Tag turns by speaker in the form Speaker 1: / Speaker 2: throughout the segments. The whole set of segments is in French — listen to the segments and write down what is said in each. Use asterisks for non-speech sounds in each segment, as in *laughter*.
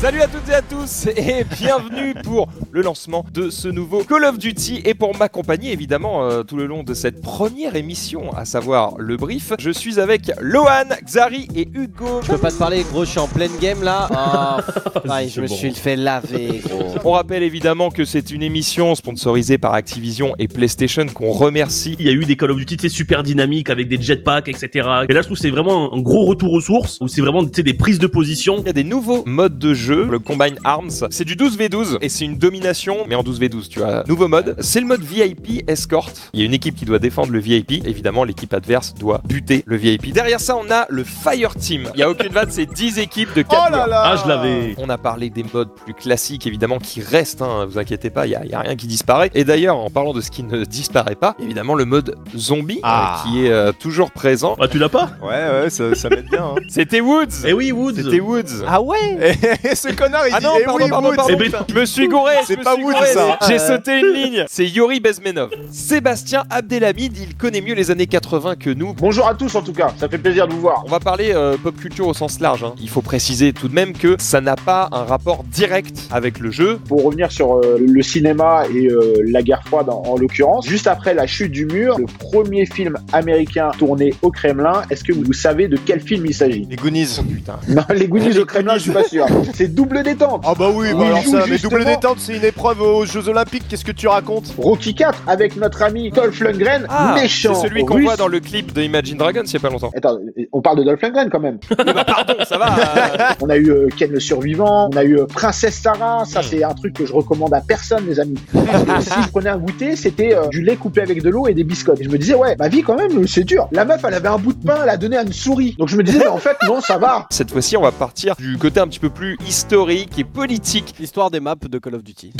Speaker 1: Salut à toutes et à tous et *laughs* bienvenue pour le lancement de ce nouveau Call of Duty et pour m'accompagner évidemment euh, tout le long de cette première émission, à savoir le brief. Je suis avec Lohan, Xari et Hugo.
Speaker 2: Je peux pas te parler, gros, je suis en pleine game
Speaker 3: *laughs*
Speaker 2: là. Ah, ouais,
Speaker 3: c'est
Speaker 2: je me
Speaker 3: bon.
Speaker 2: suis fait
Speaker 3: *laughs*
Speaker 2: laver, gros.
Speaker 1: On rappelle évidemment que c'est une émission sponsorisée par Activision et PlayStation qu'on remercie.
Speaker 3: Il y a eu des Call of Duty tu sais, super dynamiques avec des jetpacks, etc. Et là, je trouve que c'est vraiment un gros retour aux sources où c'est vraiment tu sais, des prises de position.
Speaker 1: Il y a des nouveaux modes de jeu, le Combine Arms. C'est du 12v12 et c'est une domination, mais en 12v12, tu vois. Nouveau mode, c'est le mode VIP Escort. Il y a une équipe qui doit défendre le VIP. Évidemment, l'équipe adverse doit buter le VIP. Derrière ça, on a le Fire Team. Il y a aucune vanne, c'est 10 équipes de 4
Speaker 3: Ah, je l'avais.
Speaker 1: on a parlé des modes plus classiques, évidemment, qui restent, hein, vous inquiétez pas, il n'y a, rien qui disparaît. Et d'ailleurs, en parlant de ce qui ne disparaît pas, évidemment, le mode zombie,
Speaker 4: Ah.
Speaker 1: euh, qui est euh, toujours présent.
Speaker 3: Ah, tu l'as pas
Speaker 4: Ouais, ouais, ça, ça m'aide bien. hein.
Speaker 1: C'était Woods
Speaker 3: Eh oui, Woods.
Speaker 1: C'était Woods
Speaker 2: Ah ouais
Speaker 4: *laughs* Et ce connard, il
Speaker 1: Ah
Speaker 4: dit
Speaker 1: non,
Speaker 4: eh
Speaker 1: pardon,
Speaker 4: oui,
Speaker 1: pardon,
Speaker 4: Woods.
Speaker 1: pardon.
Speaker 3: Eh ben,
Speaker 1: Je me suis gouré, je
Speaker 4: C'est
Speaker 1: me
Speaker 4: pas
Speaker 1: suis
Speaker 4: Woods,
Speaker 1: gouré.
Speaker 4: ça.
Speaker 1: J'ai
Speaker 2: Euh.
Speaker 1: sauté une ligne. C'est Yuri Bezmenov. Sébastien Abdelhamid, il connaît mieux les années 80 que nous.
Speaker 5: Bonjour à tous en tout cas, ça fait plaisir de vous voir.
Speaker 1: On va parler euh, pop culture au sens large. hein. Il faut préciser tout de même que ça n'a pas un rapport direct avec le jeu.
Speaker 5: Pour revenir sur euh, le cinéma et euh, la guerre froide en, en l'occurrence, juste après la chute du mur, le premier film américain tourné au Kremlin, est-ce que vous savez de quel film il s'agit
Speaker 4: Les Goonies.
Speaker 1: Putain.
Speaker 5: *laughs* Non, les Goonies au Kremlin, je suis pas sûr. C'est double détente.
Speaker 4: Ah bah oui,
Speaker 5: Oui,
Speaker 4: bah alors
Speaker 5: joue
Speaker 4: ça, mais
Speaker 5: justement.
Speaker 4: double détente, c'est une épreuve aux Jeux Olympiques, qu'est-ce que tu racontes
Speaker 5: Rocky 4 avec notre ami Dolph Lundgren,
Speaker 1: Ah, c'est
Speaker 5: méchant.
Speaker 1: celui qu'on
Speaker 5: russe.
Speaker 1: voit dans le clip de Imagine Dragons il y a pas longtemps.
Speaker 5: Attends, on parle de Dolph Lundgren quand même.
Speaker 1: Eh ben, pardon, *laughs* ça va. euh,
Speaker 5: *laughs* On a eu euh, Ken le survivant, on a eu euh, Princesse Sarah, ça c'est un truc que je recommande à personne les amis. Parce que si je prenais un goûter, c'était euh, du lait coupé avec de l'eau et des biscottes. Et je me disais ouais, ma vie quand même, c'est dur. La meuf, elle avait un bout de pain, elle a donné à une souris. Donc je me disais mais en fait non, ça va.
Speaker 1: *laughs* Cette fois-ci, on va partir du côté un petit peu plus historique et politique.
Speaker 2: L'histoire des maps de Call of Duty.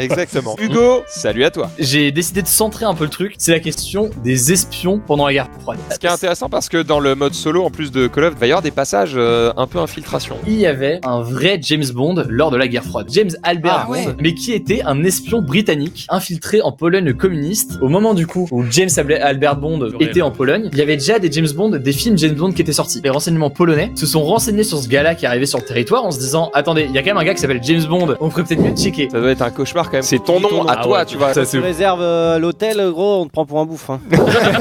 Speaker 1: Exactement. *laughs* Hugo, salut à toi.
Speaker 6: J'ai décidé de centrer un peu le truc. C'est la question des espions pendant la guerre froide.
Speaker 1: Ce qui est intéressant parce que dans le mode solo, en plus de Call of, il va y avoir des passages euh, un peu infiltration.
Speaker 6: Il y avait un vrai James Bond lors de la guerre froide. James Albert
Speaker 1: Ah
Speaker 6: Bond,
Speaker 1: ouais.
Speaker 6: mais qui était un espion britannique infiltré en Pologne communiste. Au moment du coup où James Abla- Albert Bond était en Pologne, il y avait déjà des James Bond, des films James Bond qui étaient sortis. Les renseignements polonais se sont renseignés sur ce gars-là qui arrivait sur le territoire en se disant attendez, il y a quand même un gars qui s'appelle James Bond. On ferait peut-être mieux de checker.
Speaker 1: Ça doit être un cauchemar quand même. C'est ton nom
Speaker 3: Ton nom.
Speaker 1: à
Speaker 3: Ah
Speaker 1: toi,
Speaker 3: ouais.
Speaker 1: tu vois.
Speaker 3: Ça,
Speaker 2: Tu
Speaker 3: *laughs* c'est-
Speaker 2: réserves euh, l'hôtel, gros, on te prend pour un bouffe. hein.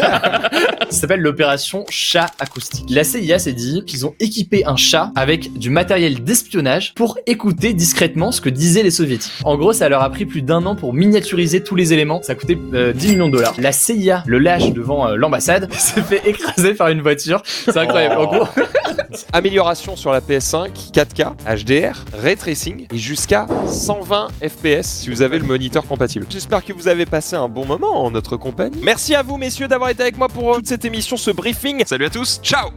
Speaker 6: Ça s'appelle l'opération chat acoustique. La CIA s'est dit qu'ils ont équipé un chat avec du matériel d'espionnage pour écouter discrètement ce que disaient les soviétiques. En gros, ça leur a pris plus d'un an pour miniaturiser tous les éléments. Ça a coûté euh, 10 millions de dollars. La CIA le lâche devant euh, l'ambassade, *laughs* s'est fait écraser par une voiture. C'est incroyable. En gros,
Speaker 1: Amélioration sur la PS5, 4K, HDR, ray tracing et jusqu'à 120 FPS si vous avez le moniteur compatible. J'espère que vous avez passé un bon moment en notre compagnie. Merci à vous messieurs d'avoir été avec moi pour euh, toute cette émission, ce briefing. Salut à tous. Ciao.